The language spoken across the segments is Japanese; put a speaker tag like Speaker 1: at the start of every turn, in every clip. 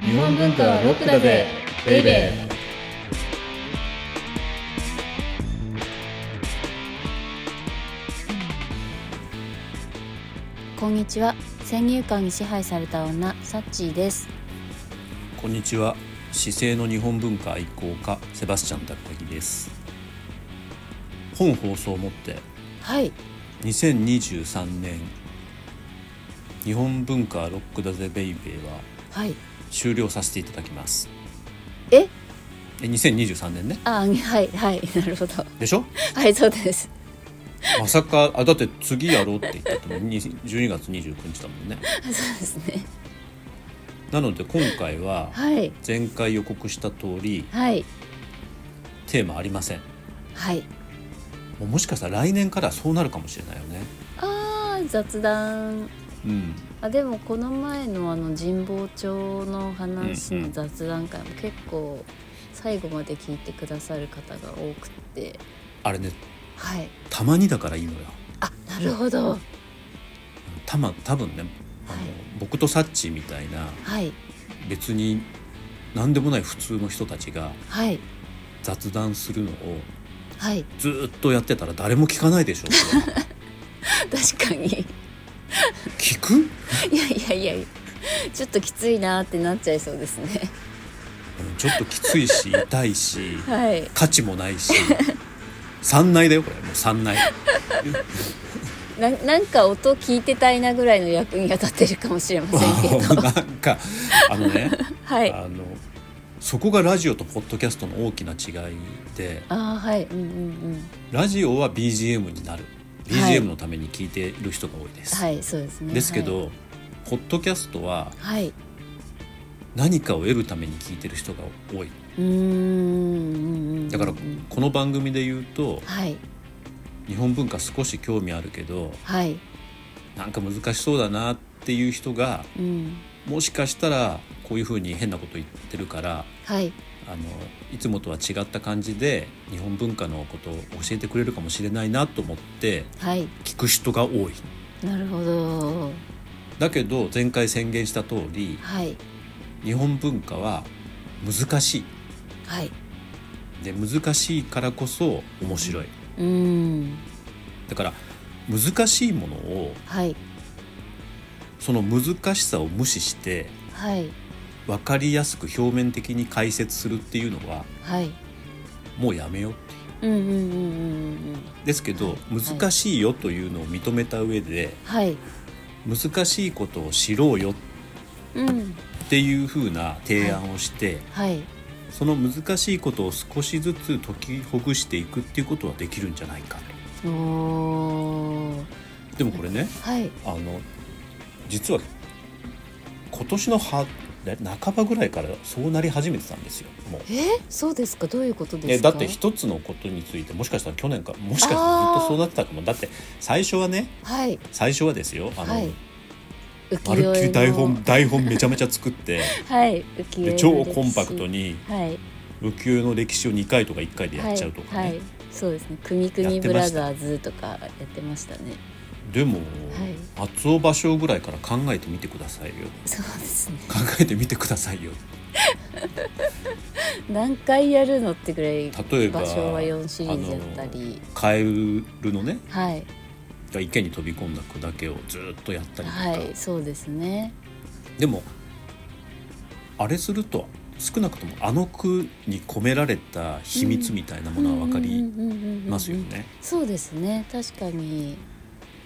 Speaker 1: 日本文化はロックだぜベイベー
Speaker 2: こんにちは先入観に支配された女サッチーです
Speaker 3: こんにちは姿勢の日本文化愛好家セバスチャン高木です本放送をもって
Speaker 2: はい
Speaker 3: 2023年日本文化ロックだぜベイベーは
Speaker 2: はい
Speaker 3: 終了させていただきます
Speaker 2: え
Speaker 3: え2023年ね
Speaker 2: あはいはい なるほど
Speaker 3: でしょ
Speaker 2: はいそうです
Speaker 3: まさかあだって次やろうって言ったのに12月29日だもんね
Speaker 2: そうですね
Speaker 3: なので今回は
Speaker 2: はい
Speaker 3: 前回予告した通り
Speaker 2: はい
Speaker 3: テーマありません
Speaker 2: はい
Speaker 3: もうもしかしたら来年からそうなるかもしれないよね
Speaker 2: あー雑談
Speaker 3: うん
Speaker 2: あでもこの前のあの神保町の話
Speaker 3: うんう
Speaker 2: の
Speaker 3: ん
Speaker 2: 雑談会も結構最後まで聞いてくださる方が多くて
Speaker 3: あれね
Speaker 2: はい
Speaker 3: たまにだからいいのよ
Speaker 2: あなるほど
Speaker 3: たま多分ねあの、
Speaker 2: はい
Speaker 3: 僕とサッチーみたいな
Speaker 2: はい
Speaker 3: 別に何でもない普通の人たちが
Speaker 2: はい
Speaker 3: 雑談するのを
Speaker 2: はい
Speaker 3: ずーっとやってたら誰も聞かないでしょこれ
Speaker 2: 確かにい
Speaker 3: 聞く
Speaker 2: やいやいやいやちょっときついなーってなっちゃいそうですね
Speaker 3: うんちょっときついし痛いし
Speaker 2: はい
Speaker 3: 価値もないし三内だよこれもう 三内
Speaker 2: ななんか音聞いてたいなぐらいの役に当たってるかもしれません けど
Speaker 3: なんかあのね、
Speaker 2: はいあ
Speaker 3: あのそこがラジオとポッドキャストの大きな違いで
Speaker 2: あーはいうんうんうん
Speaker 3: ラジオは BGM になる
Speaker 2: はい
Speaker 3: BGM のために聞いている人が多いです、
Speaker 2: はいそうですね
Speaker 3: ですけど、ポッドキャストは
Speaker 2: はい、はい、
Speaker 3: 何かを得るために聞いてる人が多いう
Speaker 2: ーんうんうんうん
Speaker 3: だからこの番組で言うと
Speaker 2: はい
Speaker 3: 日本文化少し興味あるけど
Speaker 2: はい
Speaker 3: なんか難しそうだなっていう人が
Speaker 2: うん
Speaker 3: もしかしたらこういうふうに変なこと言ってるから
Speaker 2: はい
Speaker 3: あのいつもとは違った感じで日本文化のことを教えてくれるかもしれないなと思って
Speaker 2: はい
Speaker 3: 聞く人が多い。
Speaker 2: なるほど
Speaker 3: だけど前回宣言した通り
Speaker 2: はい
Speaker 3: 日本文化は難しい
Speaker 2: はい
Speaker 3: で難しいからこそ面白い。
Speaker 2: うーん
Speaker 3: だから難しいものを
Speaker 2: はい
Speaker 3: その難しさを無視して
Speaker 2: はい
Speaker 3: 分かりやすく表面的に解説するっていうのは
Speaker 2: はい
Speaker 3: もうやめようって
Speaker 2: うんうんうんうんうん
Speaker 3: ですけど
Speaker 2: い
Speaker 3: 難しいよというのを認めた上で
Speaker 2: はい
Speaker 3: 難しいことを知ろうよ
Speaker 2: うん
Speaker 3: っていう風な提案をして
Speaker 2: はい
Speaker 3: その難しいことを少しずつ解きほぐしていくっていうことはできるんじゃないか
Speaker 2: おー
Speaker 3: でもこれね
Speaker 2: はい
Speaker 3: あの実は今年のはね半ばぐらいからそうなり始めてたんですよもう
Speaker 2: えそうですかどういうことで
Speaker 3: え
Speaker 2: すか
Speaker 3: だって一つのことについてもしかしたら去年からもしかしたらずっとそうなってたかもだって最初はね
Speaker 2: はい
Speaker 3: 最初はですよあの、
Speaker 2: はい
Speaker 3: ま
Speaker 2: 浮
Speaker 3: るっ
Speaker 2: 世
Speaker 3: き
Speaker 2: 絵
Speaker 3: り
Speaker 2: の
Speaker 3: 台本台本めちゃめちゃ作って
Speaker 2: はい浮世絵
Speaker 3: で
Speaker 2: の
Speaker 3: 超
Speaker 2: 歴史
Speaker 3: コンパクトに
Speaker 2: はい
Speaker 3: 浮世絵の歴史を2回とか1回でやっちゃうとかね、
Speaker 2: はいはい、そうですね「くみくみブラザーズ」とかやってましたね
Speaker 3: でも、
Speaker 2: は
Speaker 3: 松尾芭蕉ぐらいから考えてみてくださいよ
Speaker 2: そうですね
Speaker 3: 考えてみてくださいよ
Speaker 2: 何回やるのってぐらい
Speaker 3: 例えば
Speaker 2: 場所は4シリーズやったり
Speaker 3: カエルのね
Speaker 2: はい
Speaker 3: が池に飛び込んだ句だけをずっとやったりとか、
Speaker 2: はいそうですね
Speaker 3: でもあれすると少なくともあの句に込められた秘密みたいなものは分かり
Speaker 2: り
Speaker 3: ますよね。
Speaker 2: そうですね確かに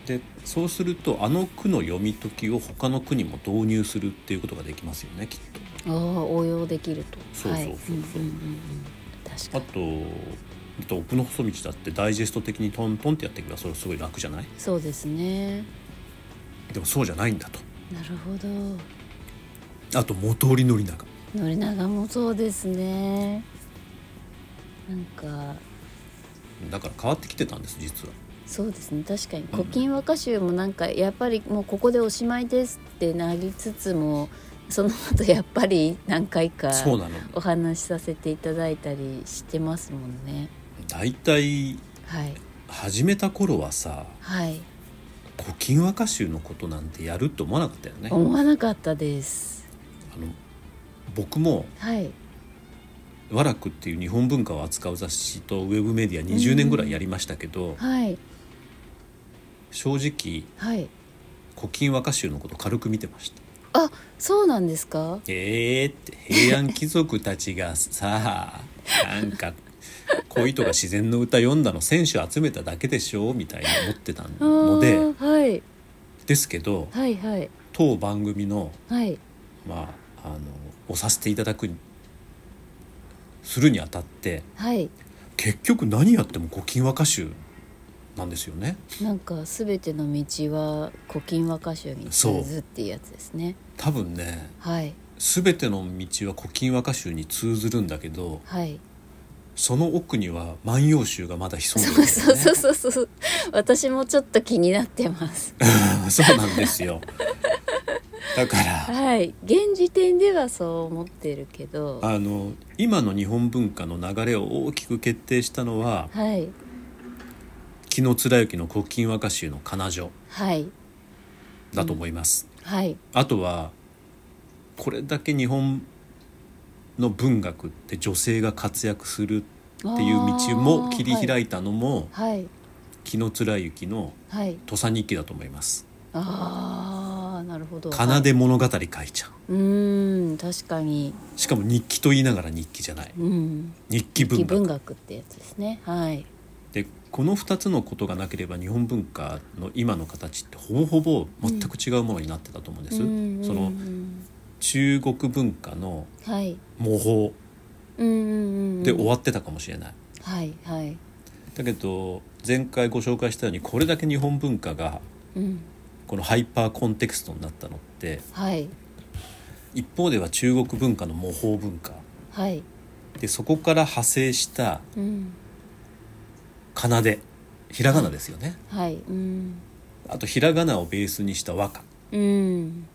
Speaker 3: でそうするとあの句の読み解きを他の句にも導入するっていうことができますよねきっと。
Speaker 2: ああ応用できると
Speaker 3: そうそうそうそう
Speaker 2: はいんんんん確か
Speaker 3: あ
Speaker 2: に
Speaker 3: とあと奥の細道だってダイジェスト的にトントンってやっていけばそれすごい楽じゃない
Speaker 2: そうですね
Speaker 3: でもそうじゃないんだと。
Speaker 2: なるほど
Speaker 3: あと元織宣長
Speaker 2: 乗り長もそうですねなんか
Speaker 3: だから変わってきてたんです実は。
Speaker 2: そうですね確かに「古今和歌集」もなんかやっぱりもうここでおしまいですってなりつつもその後やっぱり何回か
Speaker 3: そうなの
Speaker 2: お話しさせていただいたりしてますもんね
Speaker 3: 大体
Speaker 2: はい
Speaker 3: 始めた頃はさ
Speaker 2: はい
Speaker 3: 「古今和歌集」のことなんてやるって思わなかったよね。
Speaker 2: 思わなかったです
Speaker 3: あの僕も
Speaker 2: はい
Speaker 3: 「和楽」っていう日本文化を扱う雑誌とウェブメディア20年ぐらいやりましたけど、
Speaker 2: はい
Speaker 3: 正直
Speaker 2: はい
Speaker 3: 古今和歌集のこと軽く見てました。
Speaker 2: あそうなんですか
Speaker 3: えー、って平安貴族たちがさなん か恋とか自然の歌読んだの選手集めただけでしょみたいに思ってた
Speaker 2: あー
Speaker 3: ので
Speaker 2: はい
Speaker 3: ですけど
Speaker 2: はいはい
Speaker 3: 当番組の
Speaker 2: はい
Speaker 3: まああのおさせていただくするにあたって
Speaker 2: はい
Speaker 3: 結局何やっても古今和歌集なんですよね。
Speaker 2: なんか全ての道は古今和歌集に通ずっていうやつですね
Speaker 3: 多分ね
Speaker 2: はい
Speaker 3: 全ての道は古今和歌集に通ずるんだけど
Speaker 2: はい
Speaker 3: その奥には「万葉集」がまだ潜んでる
Speaker 2: そ
Speaker 3: ん
Speaker 2: うそ
Speaker 3: ですよ
Speaker 2: う
Speaker 3: ね
Speaker 2: そうそうそうそう私もちょっと気になって ます
Speaker 3: うんそうなんですよ。だから
Speaker 2: はい現時点ではそう思ってるけど
Speaker 3: あの今の日本文化の流れを大きく決定したのは
Speaker 2: はい
Speaker 3: 紀貫之の「古今和歌集」の彼女
Speaker 2: はい
Speaker 3: だと思います。
Speaker 2: はい
Speaker 3: あとはこれだけ日本の文学って女性が活躍するっていう道も切り開いたのも
Speaker 2: はい
Speaker 3: 紀貫之の
Speaker 2: はい
Speaker 3: 「土佐日記」だと思います。
Speaker 2: ああなるほど
Speaker 3: 奏で物語書いちゃう
Speaker 2: うーん確かに
Speaker 3: しかも日記と言いながら日記じゃない
Speaker 2: うん
Speaker 3: 日記文
Speaker 2: 気
Speaker 3: 学
Speaker 2: 文学ってやつですねはい
Speaker 3: でこの2つのことがなければ日本文化の今の形ってほぼほぼ全く違うものになってたと思うんです、
Speaker 2: うん
Speaker 3: そ
Speaker 2: うん
Speaker 3: の中国文化の
Speaker 2: うんはい
Speaker 3: 模倣
Speaker 2: うんうんうん
Speaker 3: で終わってたかもしれない、
Speaker 2: はいはい
Speaker 3: だけど前回ご紹介したようにこれだけ日本文化が
Speaker 2: うん
Speaker 3: このハイパーコンテクストになったのって
Speaker 2: はい
Speaker 3: 一方では中国文化の模倣文化
Speaker 2: はい
Speaker 3: でそこから派生した
Speaker 2: うん
Speaker 3: 奏でひらがなですよね
Speaker 2: はいうん
Speaker 3: あとひらがなをベースにした和歌
Speaker 2: うん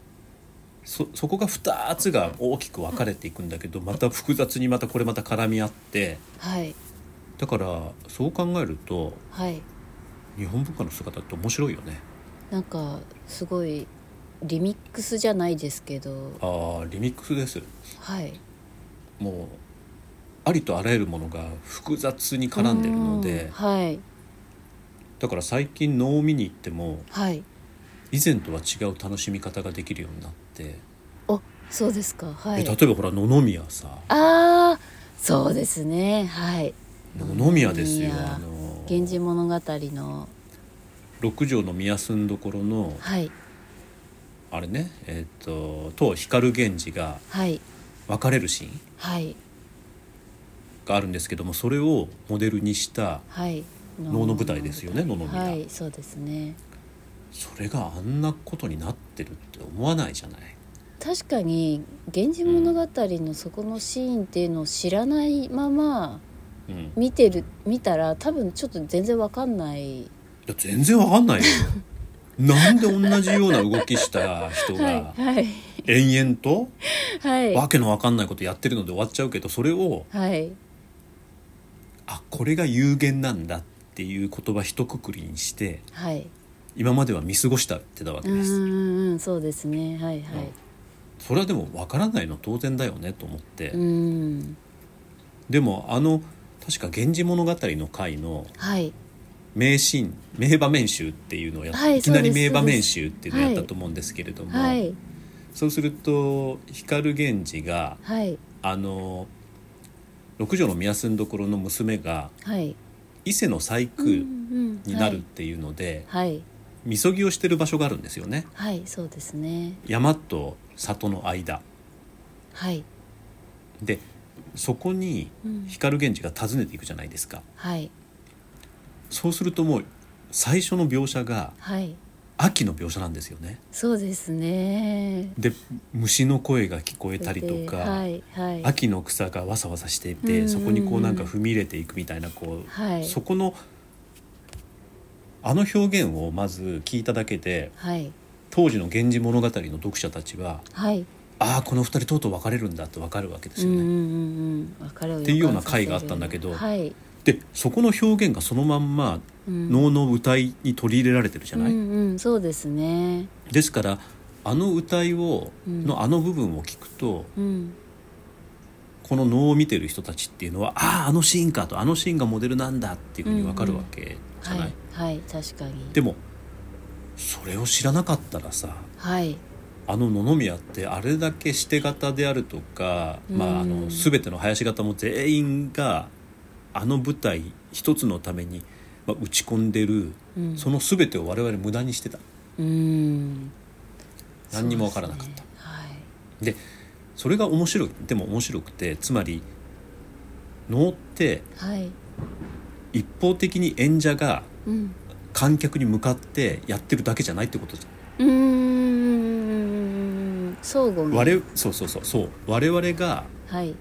Speaker 3: そそこが2つが大きく分かれていくんだけどまた複雑にまたこれまた絡み合って
Speaker 2: はい
Speaker 3: だからそう考えると
Speaker 2: はい
Speaker 3: 日本文化の姿って面白いよね
Speaker 2: なんかすごいリミックスじゃないですけど
Speaker 3: あーリミックスです
Speaker 2: はい
Speaker 3: もうありとあらゆるものが複雑に絡んでるの
Speaker 2: うん
Speaker 3: で
Speaker 2: はい
Speaker 3: だから最近能を見に行っても
Speaker 2: はい
Speaker 3: 以前とは違う楽しみ方ができるようになって、
Speaker 2: おそうですかは
Speaker 3: え
Speaker 2: い
Speaker 3: 例えばほら野々宮さ
Speaker 2: ああそうですねはい
Speaker 3: 野々宮ですよ
Speaker 2: 野々宮
Speaker 3: あの
Speaker 2: 「源氏物語の」
Speaker 3: 六条の宮住んどころの
Speaker 2: はい
Speaker 3: あれねえっ、と当光源氏が
Speaker 2: はい
Speaker 3: 別れるシーン
Speaker 2: はい
Speaker 3: があるんですけどもそれをモデルにした
Speaker 2: はい
Speaker 3: 能の舞台ですよね野々宮
Speaker 2: はいそうですね
Speaker 3: それがあんなことになってるって思わないじゃない
Speaker 2: 確かに「源氏物語」のそこのシーンっていうのを知らないまま
Speaker 3: うん
Speaker 2: 見てる見たら多分ちょっと全然わかんない
Speaker 3: いや全然わかんないよ なんで同じような動きした人が
Speaker 2: はい
Speaker 3: 延々と
Speaker 2: はい
Speaker 3: わけのわかんないことやってるので終わっちゃうけどそれを
Speaker 2: はい
Speaker 3: あこれが有限なんだっていう言葉一括りにして
Speaker 2: はい
Speaker 3: 今までは見過ごしたってたわけ
Speaker 2: うん
Speaker 3: で
Speaker 2: う
Speaker 3: す
Speaker 2: んうんそうですねはいはい
Speaker 3: それはでもわからないの当然だよねと思って、
Speaker 2: うん
Speaker 3: でもあの確か「源氏物語」の回の
Speaker 2: はい
Speaker 3: 名シーン名場面集っていうのをやっ、
Speaker 2: はい
Speaker 3: い、きなり
Speaker 2: そうで
Speaker 3: 名
Speaker 2: す
Speaker 3: 場面集っていうのをやったと思うんですけれども、
Speaker 2: はい
Speaker 3: そうすると光源氏が
Speaker 2: はい
Speaker 3: あの六条の宮住どころの娘が
Speaker 2: はい
Speaker 3: 伊勢の細工
Speaker 2: に
Speaker 3: になるっていうので、
Speaker 2: はい
Speaker 3: みそぎをしてる場所があるんですよね
Speaker 2: はいそうですね
Speaker 3: 山と里の間
Speaker 2: はい
Speaker 3: でそこに
Speaker 2: うん
Speaker 3: 光源氏が訪ねていくじゃないですか
Speaker 2: はい
Speaker 3: そうするともう最初の描写が
Speaker 2: はい
Speaker 3: 秋の描写なんですよね
Speaker 2: そうですね
Speaker 3: で虫の声が聞こえたりとか、
Speaker 2: はいはい
Speaker 3: 秋の草がわさわさしていて、
Speaker 2: うんうんうん
Speaker 3: そこにこうなんか踏み入れていくみたいなこう、
Speaker 2: はい
Speaker 3: そこのあの表現をまず聞いただけで
Speaker 2: はい
Speaker 3: 当時の「源氏物語」の読者たちは
Speaker 2: はい
Speaker 3: ああこの二人とうとう別れるんだって分かるわけです
Speaker 2: うん
Speaker 3: よね。
Speaker 2: うんうんうん別れを
Speaker 3: っていうような回があったんだけど
Speaker 2: はい
Speaker 3: でそこの表現がそのまんま
Speaker 2: 能
Speaker 3: 能の歌いに取り入れられてるじゃない、
Speaker 2: うんうんそうですね
Speaker 3: ですからあの歌いを
Speaker 2: うん
Speaker 3: のあの部分を聞くと
Speaker 2: うん
Speaker 3: この能を見てる人たちっていうのはあああのシーンかとあのシーンがモデルなんだっていうふうに分かるわけじゃない、
Speaker 2: はい、はい、確かに
Speaker 3: でもそれを知らなかったらさ
Speaker 2: はい
Speaker 3: あの野々宮ってあれだけシテ型であるとか、まあ、あ
Speaker 2: う
Speaker 3: の
Speaker 2: ん
Speaker 3: 全ての林型も全員があの舞台一つのために、まあ、打ち込んでる、
Speaker 2: うん
Speaker 3: その全てを我々無駄にしてた
Speaker 2: うん
Speaker 3: 何にも分からなかっ
Speaker 2: そうで
Speaker 3: た
Speaker 2: すねはい
Speaker 3: でそれが面白いでも面白くてつまり能って
Speaker 2: はい、
Speaker 3: 一方的に演者が
Speaker 2: うん、
Speaker 3: 観客に向かってやってるだけじゃないってことじゃん
Speaker 2: うーん相互に
Speaker 3: 我々そうそうそうそう我々が
Speaker 2: はい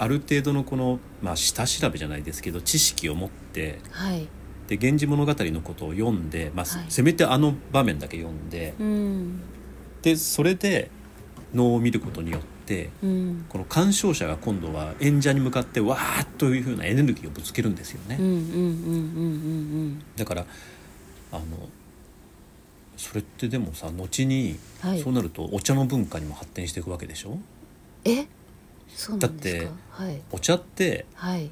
Speaker 3: ある程度のこの、まあ、下調べじゃないですけど知識を持って
Speaker 2: はい
Speaker 3: で「源氏物語」のことを読んで、まあ
Speaker 2: はい
Speaker 3: せめてあの場面だけ読んで
Speaker 2: うん
Speaker 3: でそれで能を見ることによって
Speaker 2: うん
Speaker 3: この鑑賞者が今度は演者に向かってわーっというふうなエネルギーをぶつけるんですよね。
Speaker 2: うんうんうんうん
Speaker 3: だからあのそれってでもさ後に、
Speaker 2: はい
Speaker 3: そうなるとお茶の文化にも発展していくわけでしょ
Speaker 2: うんえそうなんですか
Speaker 3: だって
Speaker 2: はい
Speaker 3: お茶って
Speaker 2: はい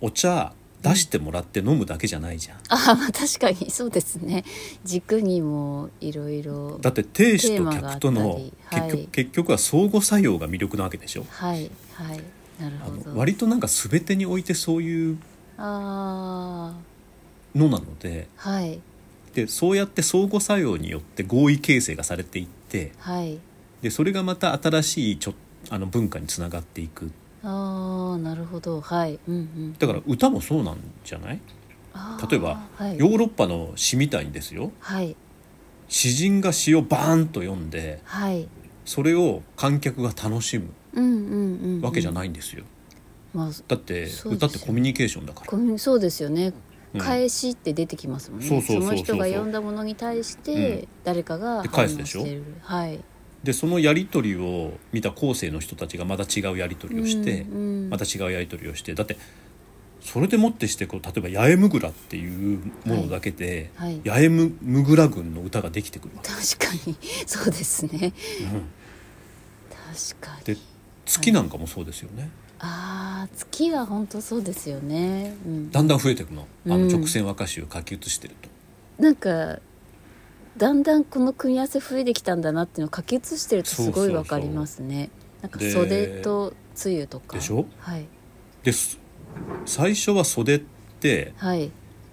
Speaker 3: お茶出してもらって飲むだけじゃないじゃん、
Speaker 2: あまあ確かにそうですね軸にもいろいろ
Speaker 3: だって亭主と
Speaker 2: テーマがあった
Speaker 3: 客
Speaker 2: り
Speaker 3: との、結
Speaker 2: はい
Speaker 3: 局結局は相互作用が魅力なわけでしょ
Speaker 2: はいはいなる
Speaker 3: あ
Speaker 2: ほ
Speaker 3: の
Speaker 2: ど
Speaker 3: 割となんか全てにおいてそういう
Speaker 2: あ
Speaker 3: のなので
Speaker 2: あはい
Speaker 3: でそうやって相互作用によって合意形成がされていって
Speaker 2: はい
Speaker 3: でそれがまた新しいちょあの文化につながっていく
Speaker 2: ああなるほどはいうんうん
Speaker 3: だから歌もそうなんじゃない
Speaker 2: あー
Speaker 3: 例えば、
Speaker 2: はい
Speaker 3: ヨーロッパの詩みたいにですよ
Speaker 2: はい
Speaker 3: 詩人が詩をバーンと読んで
Speaker 2: はい
Speaker 3: それを観客が楽しむ
Speaker 2: うんうんうんうん
Speaker 3: わけじゃ
Speaker 2: い
Speaker 3: ないんですよ、
Speaker 2: まあ
Speaker 3: だって
Speaker 2: そうです
Speaker 3: 歌
Speaker 2: よ
Speaker 3: ってコミュニケーションだから
Speaker 2: コミュそうですよね
Speaker 3: う
Speaker 2: 「
Speaker 3: ん
Speaker 2: 返し」って出てきますもんね、
Speaker 3: そうそうそうそう
Speaker 2: の人が読んだものに対して誰かが
Speaker 3: で
Speaker 2: 反応
Speaker 3: 返すでし
Speaker 2: し
Speaker 3: ょ
Speaker 2: てるはい
Speaker 3: でそのやり取りを見た後世の人たちがまた違うやり取りをして、
Speaker 2: うんうん
Speaker 3: また違うやり取りをしてだってそれでもってしてこう例えば「八重むぐら」っていうものだけで、
Speaker 2: はいはい
Speaker 3: 八重むむぐら軍の歌ができてくるわけ、
Speaker 2: 確かにそうですね
Speaker 3: うん
Speaker 2: 確か
Speaker 3: で
Speaker 2: に
Speaker 3: 月なんかもそうですよね、
Speaker 2: あー月は本当そうですよね、うん、
Speaker 3: だんだん増えていくのあ
Speaker 2: う
Speaker 3: の
Speaker 2: ん
Speaker 3: 直線和歌集を書き写してると。
Speaker 2: なんかだんだんこの組み合わせ増えてきたんだなっていうのを書き写してるとすごいわかりますね
Speaker 3: そうそ
Speaker 2: なん
Speaker 3: う
Speaker 2: か袖とつゆとか
Speaker 3: でしょ
Speaker 2: はい
Speaker 3: です最初は袖って
Speaker 2: はい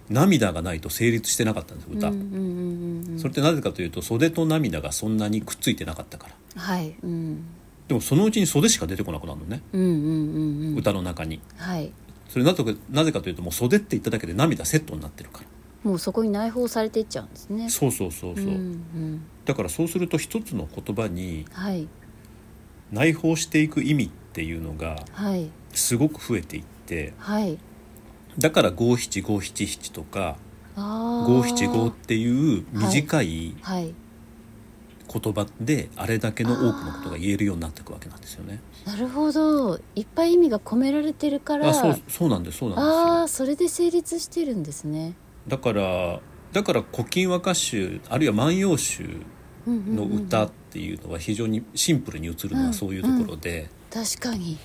Speaker 3: 涙がないと成立してなかったんです歌、
Speaker 2: うんうんうんうんうん
Speaker 3: それってなぜかというと袖と涙がそんなにくっついてなかったから
Speaker 2: はいうん
Speaker 3: でもそのうちに袖しか出てこなくなるのね、
Speaker 2: うんうんうんうん
Speaker 3: 歌の中に
Speaker 2: はい
Speaker 3: それなぜかなぜかというともう袖って言っただけで涙セットになってるか
Speaker 2: もうそこに内包されていっちゃうんですね
Speaker 3: らそうそうそうそう、
Speaker 2: んうん、
Speaker 3: だからそうすると一つの言葉に
Speaker 2: はい
Speaker 3: 内包していく意味っていうのが
Speaker 2: はい
Speaker 3: すごく増えていって
Speaker 2: はい
Speaker 3: だから五七五七七とか
Speaker 2: あー
Speaker 3: 五七五っていう短い
Speaker 2: はい
Speaker 3: 言葉であれだけの多くのことが言えるようになっていくわけなんですよね。
Speaker 2: なるほどいっぱい意味が込められてるから
Speaker 3: あそうそうなんですそうなん
Speaker 2: あ
Speaker 3: で
Speaker 2: ーそれで成立してるんですね
Speaker 3: すだからだから「古今和歌集」あるいは「万葉集」の歌っていうのは非常にシンプルに映るの
Speaker 2: うん
Speaker 3: はそういうところで、
Speaker 2: 確かに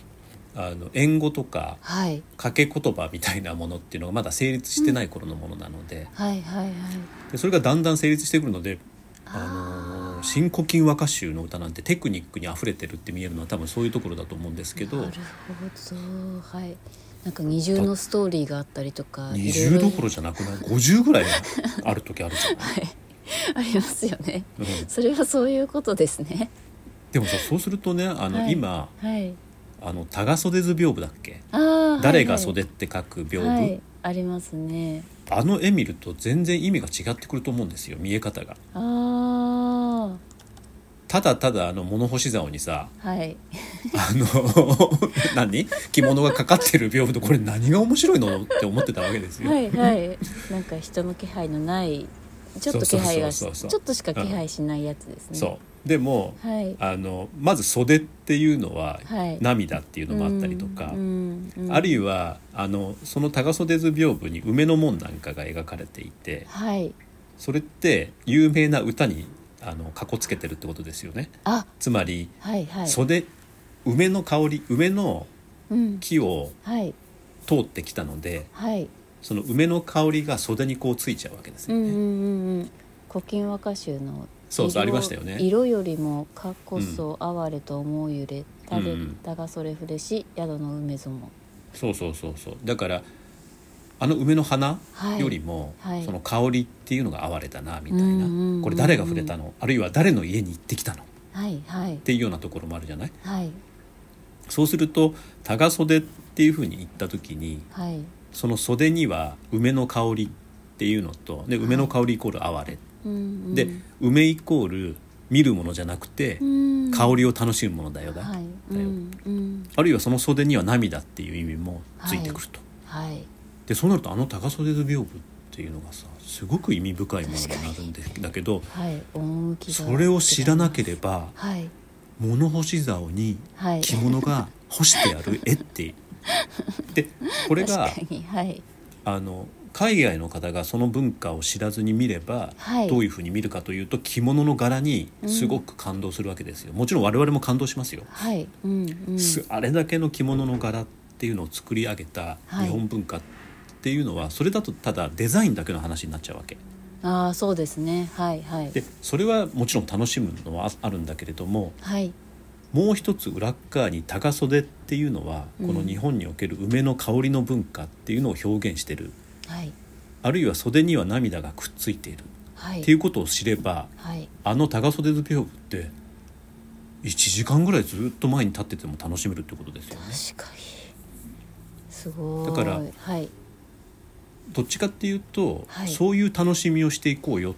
Speaker 3: あの縁語とか
Speaker 2: はい
Speaker 3: 掛け言葉みたいなものっていうのがまだ成立してない頃のものなので,、
Speaker 2: はいはいはい
Speaker 3: でそれがだんだん成立してくるので「あのー新古今和歌集」の歌なんてテクニックにあふれてるって見えるのは多分そういうところだと思うんですけ
Speaker 2: な
Speaker 3: ど
Speaker 2: るほどはいなんか二重のストーリーがあったりとかいろい
Speaker 3: 20
Speaker 2: ろ
Speaker 3: どころじゃなくない50ぐらいある時あるじゃない。
Speaker 2: ありますよね
Speaker 3: うん
Speaker 2: それはそういうことですね
Speaker 3: でもさそうするとねあの、
Speaker 2: はい
Speaker 3: 今
Speaker 2: はい
Speaker 3: あの多賀袖図屏風だっけ、
Speaker 2: あー
Speaker 3: 誰が
Speaker 2: はいはい
Speaker 3: 袖って書く屏風、
Speaker 2: はい、ありますね
Speaker 3: あの絵見ると全然意味が違ってくると思うんですよ見え方が。
Speaker 2: あ
Speaker 3: ただただあの物干し竿にさ
Speaker 2: あはい
Speaker 3: あの 何着物がかかってる屏風とこれ何が面白いのって思ってたわけですよ。
Speaker 2: はいはいなんか人の気配のないちょっと気配がし
Speaker 3: そうそうそうそう
Speaker 2: ちょっとしか気配しないやつですね、
Speaker 3: そうでも、
Speaker 2: はい
Speaker 3: あのまず袖っていうのは、
Speaker 2: はい
Speaker 3: 涙っていうのもあったりとか。
Speaker 2: うんうんうん
Speaker 3: あるいはあのその高袖図屏風に梅の門なんかが描かれていて
Speaker 2: はい
Speaker 3: それって有名な歌にあのかこつけてるってことですよね
Speaker 2: あ
Speaker 3: つまり、
Speaker 2: はいはい
Speaker 3: 袖梅の香り梅の
Speaker 2: うん
Speaker 3: 木を
Speaker 2: はい
Speaker 3: 通ってきたので
Speaker 2: はい
Speaker 3: その梅の香りが袖にこうついちゃうわけです
Speaker 2: う
Speaker 3: よ
Speaker 2: んう
Speaker 3: ね、
Speaker 2: んうんうん古今和歌集の
Speaker 3: そうそ
Speaker 2: 色
Speaker 3: うありましたよね
Speaker 2: 色よりもかこそ哀れと思う揺れたれ
Speaker 3: うん
Speaker 2: たがそれふれし宿の梅ぞも
Speaker 3: そうそうそうそうだからあの梅の花
Speaker 2: はい
Speaker 3: よりも、
Speaker 2: はい
Speaker 3: その香りっていうのが哀れだなみたいな、
Speaker 2: うんうんうんうん
Speaker 3: これ誰が触れたのあるいは誰の家に行ってきたのっ
Speaker 2: はいはい
Speaker 3: ていうようなところもあるじゃない
Speaker 2: はい
Speaker 3: そうすると「高袖」っていうふうに言った時に
Speaker 2: はい
Speaker 3: その袖には梅の香りっていうのとで梅の香りイコール哀れ、
Speaker 2: うんうん
Speaker 3: で梅イコール見るものじゃなくて、
Speaker 2: うん
Speaker 3: 香りを楽しむものだよだ、
Speaker 2: はい
Speaker 3: だよ
Speaker 2: うんうん
Speaker 3: あるいはその袖には涙っていう意味もついてくると、
Speaker 2: はい
Speaker 3: でそうなるとあの高袖図屏風っていうのがさすごく意味深いものになるんでだけど
Speaker 2: はい趣が
Speaker 3: それを知らなければ
Speaker 2: はい
Speaker 3: 物干し竿に
Speaker 2: はい
Speaker 3: 着物が干してある絵 ってでこれが
Speaker 2: 確かにはい
Speaker 3: あの海外の方がその文化を知らずに見れば、
Speaker 2: はい
Speaker 3: どういうふうに見るかというと着物の柄にすごく感動するわけですよ、もちろん我々も感動しますよ、
Speaker 2: はいうんうん
Speaker 3: すあれだけの着物の柄っていうのを作り上げた
Speaker 2: はい
Speaker 3: 日本文化っていうのは、それだとただデザインだけの話になっちゃうわけ
Speaker 2: ああそうですねはいはい
Speaker 3: でそれはもちろん楽しむのはああるんだけれども
Speaker 2: はい
Speaker 3: もう一つ裏っ側に高袖っていうのは、この日本における梅の香りの文化っていうのを表現してる
Speaker 2: はい
Speaker 3: あるいは袖には涙がくっついている
Speaker 2: はい
Speaker 3: っていうことを知れば
Speaker 2: はい
Speaker 3: あの高袖図屏風って1時間ぐらいずっと前に立ってても楽しめるってことですよね。
Speaker 2: 確かにすごい
Speaker 3: だから
Speaker 2: はい
Speaker 3: どっちかっていうと、
Speaker 2: はい
Speaker 3: そういう楽しみをしていこうよ
Speaker 2: っ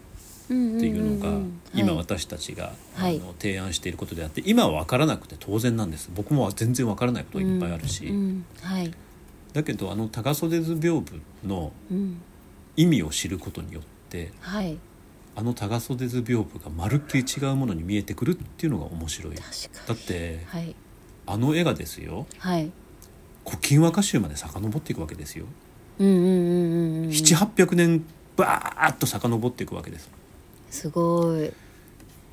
Speaker 2: てい
Speaker 3: っていうのが、今
Speaker 2: は
Speaker 3: 私たちが、
Speaker 2: はい
Speaker 3: あの提案していることであって今は分からなくて当然なんです僕も全然分からないこといっぱいあるし、
Speaker 2: うんうんはい
Speaker 3: だけどあの高袖図屏風の
Speaker 2: うん
Speaker 3: 意味を知ることによって
Speaker 2: はい
Speaker 3: あの高袖図屏風がまるっきり違うものに見えてくるっていうのが面白い。
Speaker 2: 確か
Speaker 3: だ
Speaker 2: に
Speaker 3: って
Speaker 2: はい
Speaker 3: あの絵がですよ
Speaker 2: はい
Speaker 3: 古今和歌集まで遡っていくわけですよ、
Speaker 2: うんうんうんうんうん
Speaker 3: 700800年バーッと遡っていくわけです
Speaker 2: すごい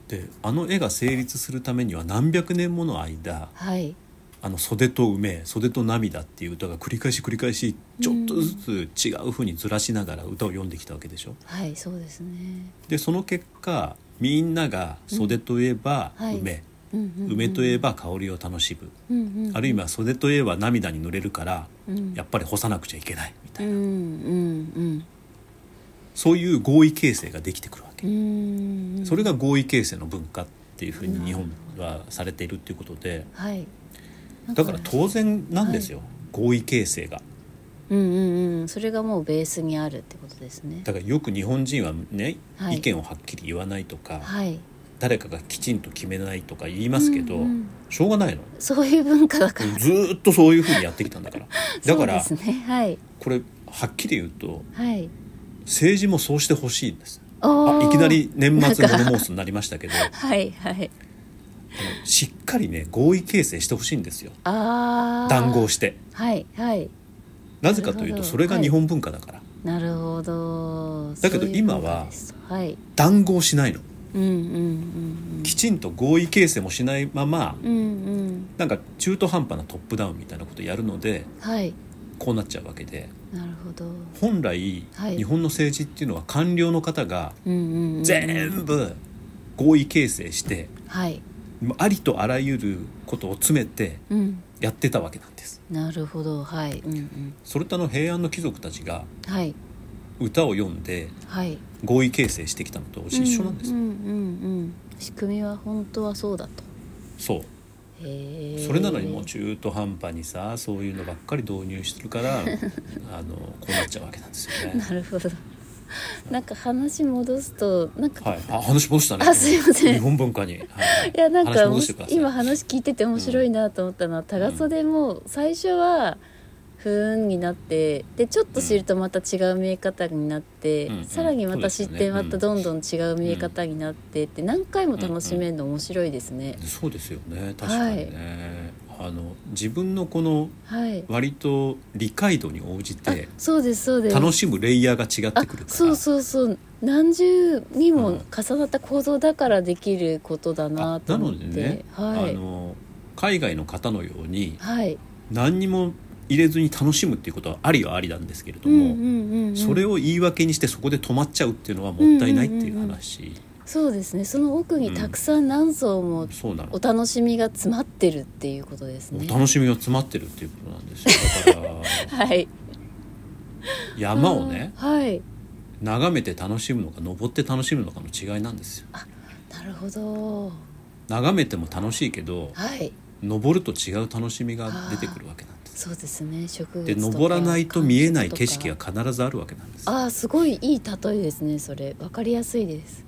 Speaker 3: であの絵が成立するためには何百年もの間
Speaker 2: はい
Speaker 3: 「あの袖と梅袖と涙」っていう歌が繰り返し繰り返しちょっとずつ違う風にずらしながら歌を読んできたわけでしょ。
Speaker 2: はいそうですね
Speaker 3: でその結果みんなが袖といえば
Speaker 2: うんはい
Speaker 3: 梅、
Speaker 2: うんうんうん
Speaker 3: 梅といえば香りを楽しむ、
Speaker 2: うんうん
Speaker 3: あるいは袖といえば涙に濡れるから、
Speaker 2: うん
Speaker 3: やっぱり干さなくちゃいけないみた
Speaker 2: う
Speaker 3: い
Speaker 2: ん
Speaker 3: な、
Speaker 2: うん
Speaker 3: そういう合意形成ができてくるわけ
Speaker 2: うんう、んうん
Speaker 3: それが合意形成の文化っていうふうに日本はされているっていうことで
Speaker 2: はい
Speaker 3: だから当然なんですよ、合意形成が。
Speaker 2: うんうんうんそれがもうベースにあるってことですね
Speaker 3: だからよく日本人はね、
Speaker 2: はい
Speaker 3: 意見をはっきり言わないとか、
Speaker 2: はい
Speaker 3: 誰かがきちんと決めないとか言いますけど、
Speaker 2: うんうん
Speaker 3: しょうがないの
Speaker 2: そういう文化だから
Speaker 3: ずーっとそういうふうにやってきたんだから だから、
Speaker 2: そうですねはい
Speaker 3: これはっきり言うと
Speaker 2: はい
Speaker 3: 政治もそうしてほしいんです
Speaker 2: あ
Speaker 3: あいきなり年末
Speaker 2: なんか
Speaker 3: 物申すになりましたけど
Speaker 2: はいはい
Speaker 3: しっかりね合意形成してほしいんですよ
Speaker 2: ああ
Speaker 3: 談合して
Speaker 2: はいはい
Speaker 3: なぜかという
Speaker 2: なるほ
Speaker 3: と
Speaker 2: ど
Speaker 3: それが日本文化だから、
Speaker 2: なるほど
Speaker 3: だけど
Speaker 2: そういう
Speaker 3: 今は
Speaker 2: 文化ですはい
Speaker 3: 談合しないの
Speaker 2: うんうん
Speaker 3: きちんと合意形成もしないまま
Speaker 2: うんうんうんうん
Speaker 3: なんか中途半端なトップダウンみたいなことやるので
Speaker 2: はい
Speaker 3: こうなっちゃうわけで
Speaker 2: なるほど
Speaker 3: 本来、
Speaker 2: はい
Speaker 3: 日本の政治っていうのは官僚の方が
Speaker 2: うんうんうん
Speaker 3: 全部合意形成して、
Speaker 2: はい
Speaker 3: ありとあらゆることを詰めて
Speaker 2: うん
Speaker 3: やってたわけなんです。
Speaker 2: なるほどはいうんうん
Speaker 3: それとあの平安の貴族たちが
Speaker 2: はい
Speaker 3: 歌を読んで
Speaker 2: はい
Speaker 3: 合意形成してきたのと一緒なんです、
Speaker 2: うんうんうんうん仕組みは本当はそうだと
Speaker 3: そう
Speaker 2: へえ
Speaker 3: それなのにもう中途半端にさそういうのばっかり導入してるか らあのこうなっちゃうわけなんですよね
Speaker 2: な。るほどなんか話戻すとなんか、
Speaker 3: はい、あ話戻したね。
Speaker 2: あすいません
Speaker 3: 日本文化に。はい
Speaker 2: いやなん
Speaker 3: 話
Speaker 2: か
Speaker 3: 戻してください
Speaker 2: 今話聞いてて面白いなと思ったのは、高袖も最初はふーんになってでちょっと知るとまた違う見え方になって、
Speaker 3: うんうん
Speaker 2: さらにまた知っ
Speaker 3: そうです
Speaker 2: て
Speaker 3: よね
Speaker 2: またどんどん違う見え方になってって何回も楽しめるの面白いですね。
Speaker 3: そうですよね確かにね、あの自分のこの
Speaker 2: はい、
Speaker 3: 割と理解度に応じ
Speaker 2: あ
Speaker 3: て
Speaker 2: そうですそうです。
Speaker 3: 楽しむレイヤーが違ってくるから
Speaker 2: あそうそうそう何重にも重なった構造だからできることだなと
Speaker 3: な
Speaker 2: 思っ
Speaker 3: の
Speaker 2: て、
Speaker 3: でね、
Speaker 2: はい
Speaker 3: あの海外の方のように
Speaker 2: はい、
Speaker 3: 何にも入れずに楽しむっていうことはありはありなんですけれど
Speaker 2: うんう
Speaker 3: も、
Speaker 2: んうんうん、
Speaker 3: それを言い訳にしてそこで止まっちゃうっていうのはもったいないっていう話、
Speaker 2: そうですねその奥にたくさん何層も
Speaker 3: そうなの
Speaker 2: お楽しみが詰まってるっていうことですね
Speaker 3: お。楽しみが詰まってるっていうことなんです よだから
Speaker 2: はい、
Speaker 3: 山をね
Speaker 2: あーはい
Speaker 3: 眺めて楽しむのか登って楽しむのかの違いなんですよ
Speaker 2: なるほど
Speaker 3: 眺めても楽しいけど
Speaker 2: はい
Speaker 3: 登ると違う楽しみが出てくるわけなんです
Speaker 2: そうですね植物
Speaker 3: で
Speaker 2: とか
Speaker 3: 登らないと見えない景色
Speaker 2: が
Speaker 3: が必ずあるわけなんです
Speaker 2: ああすごいいい例えですねそれわかりやすいです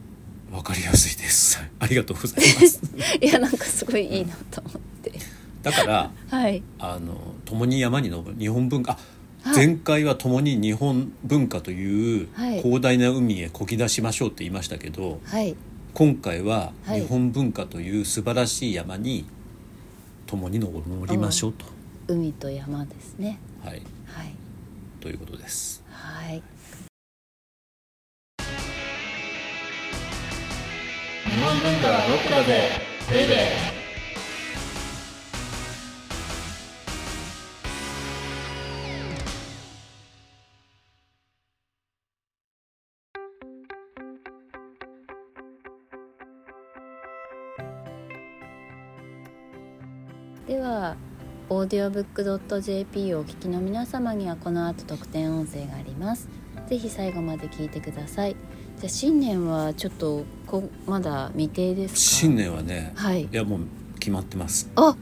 Speaker 3: わかりやすいですありがとうございます
Speaker 2: いやなんかすごいいいなと思って
Speaker 3: だから
Speaker 2: はい
Speaker 3: あの共に山に登る日本文化あ
Speaker 2: はい
Speaker 3: 前回は共に日本文化という
Speaker 2: はい
Speaker 3: 広大な海へこぎ出しましょうって言いましたけど、
Speaker 2: はい
Speaker 3: 今回は
Speaker 2: はい
Speaker 3: 日本文化という素晴らしい山に共に登りましょうと、
Speaker 2: 海と山ですね
Speaker 3: はい、
Speaker 2: はい
Speaker 3: ということです。
Speaker 2: はい
Speaker 1: 日本文化はロックだぜベイベー
Speaker 2: ではオーディオブックドット JP をお聞きの皆様にはこの後特典音声がありますぜひ最後まで聞いてくださいじゃあ新年はちょっとこまだ未定ですか
Speaker 3: 新年はね、
Speaker 2: はい
Speaker 3: いやもう決まってます。
Speaker 2: あ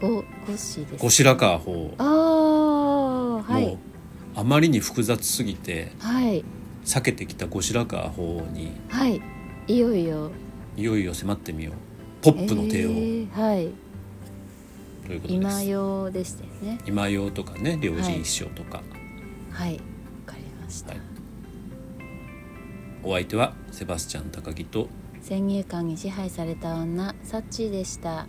Speaker 2: ごごしです
Speaker 3: 後白河法、
Speaker 2: ああは
Speaker 3: もう
Speaker 2: い
Speaker 3: あまりに複雑すぎて
Speaker 2: はい
Speaker 3: 避けてきた後白河法に
Speaker 2: はいいよいよ
Speaker 3: いよいよ迫ってみよう。ポップの帝王
Speaker 2: えーはい
Speaker 3: ということです。
Speaker 2: 今用でしたよね
Speaker 3: 今用とかね、両人一生とか、
Speaker 2: はいわかりました、
Speaker 3: はいお相手はセバスチャン高木と
Speaker 2: 先入観に支配された女サッチーでした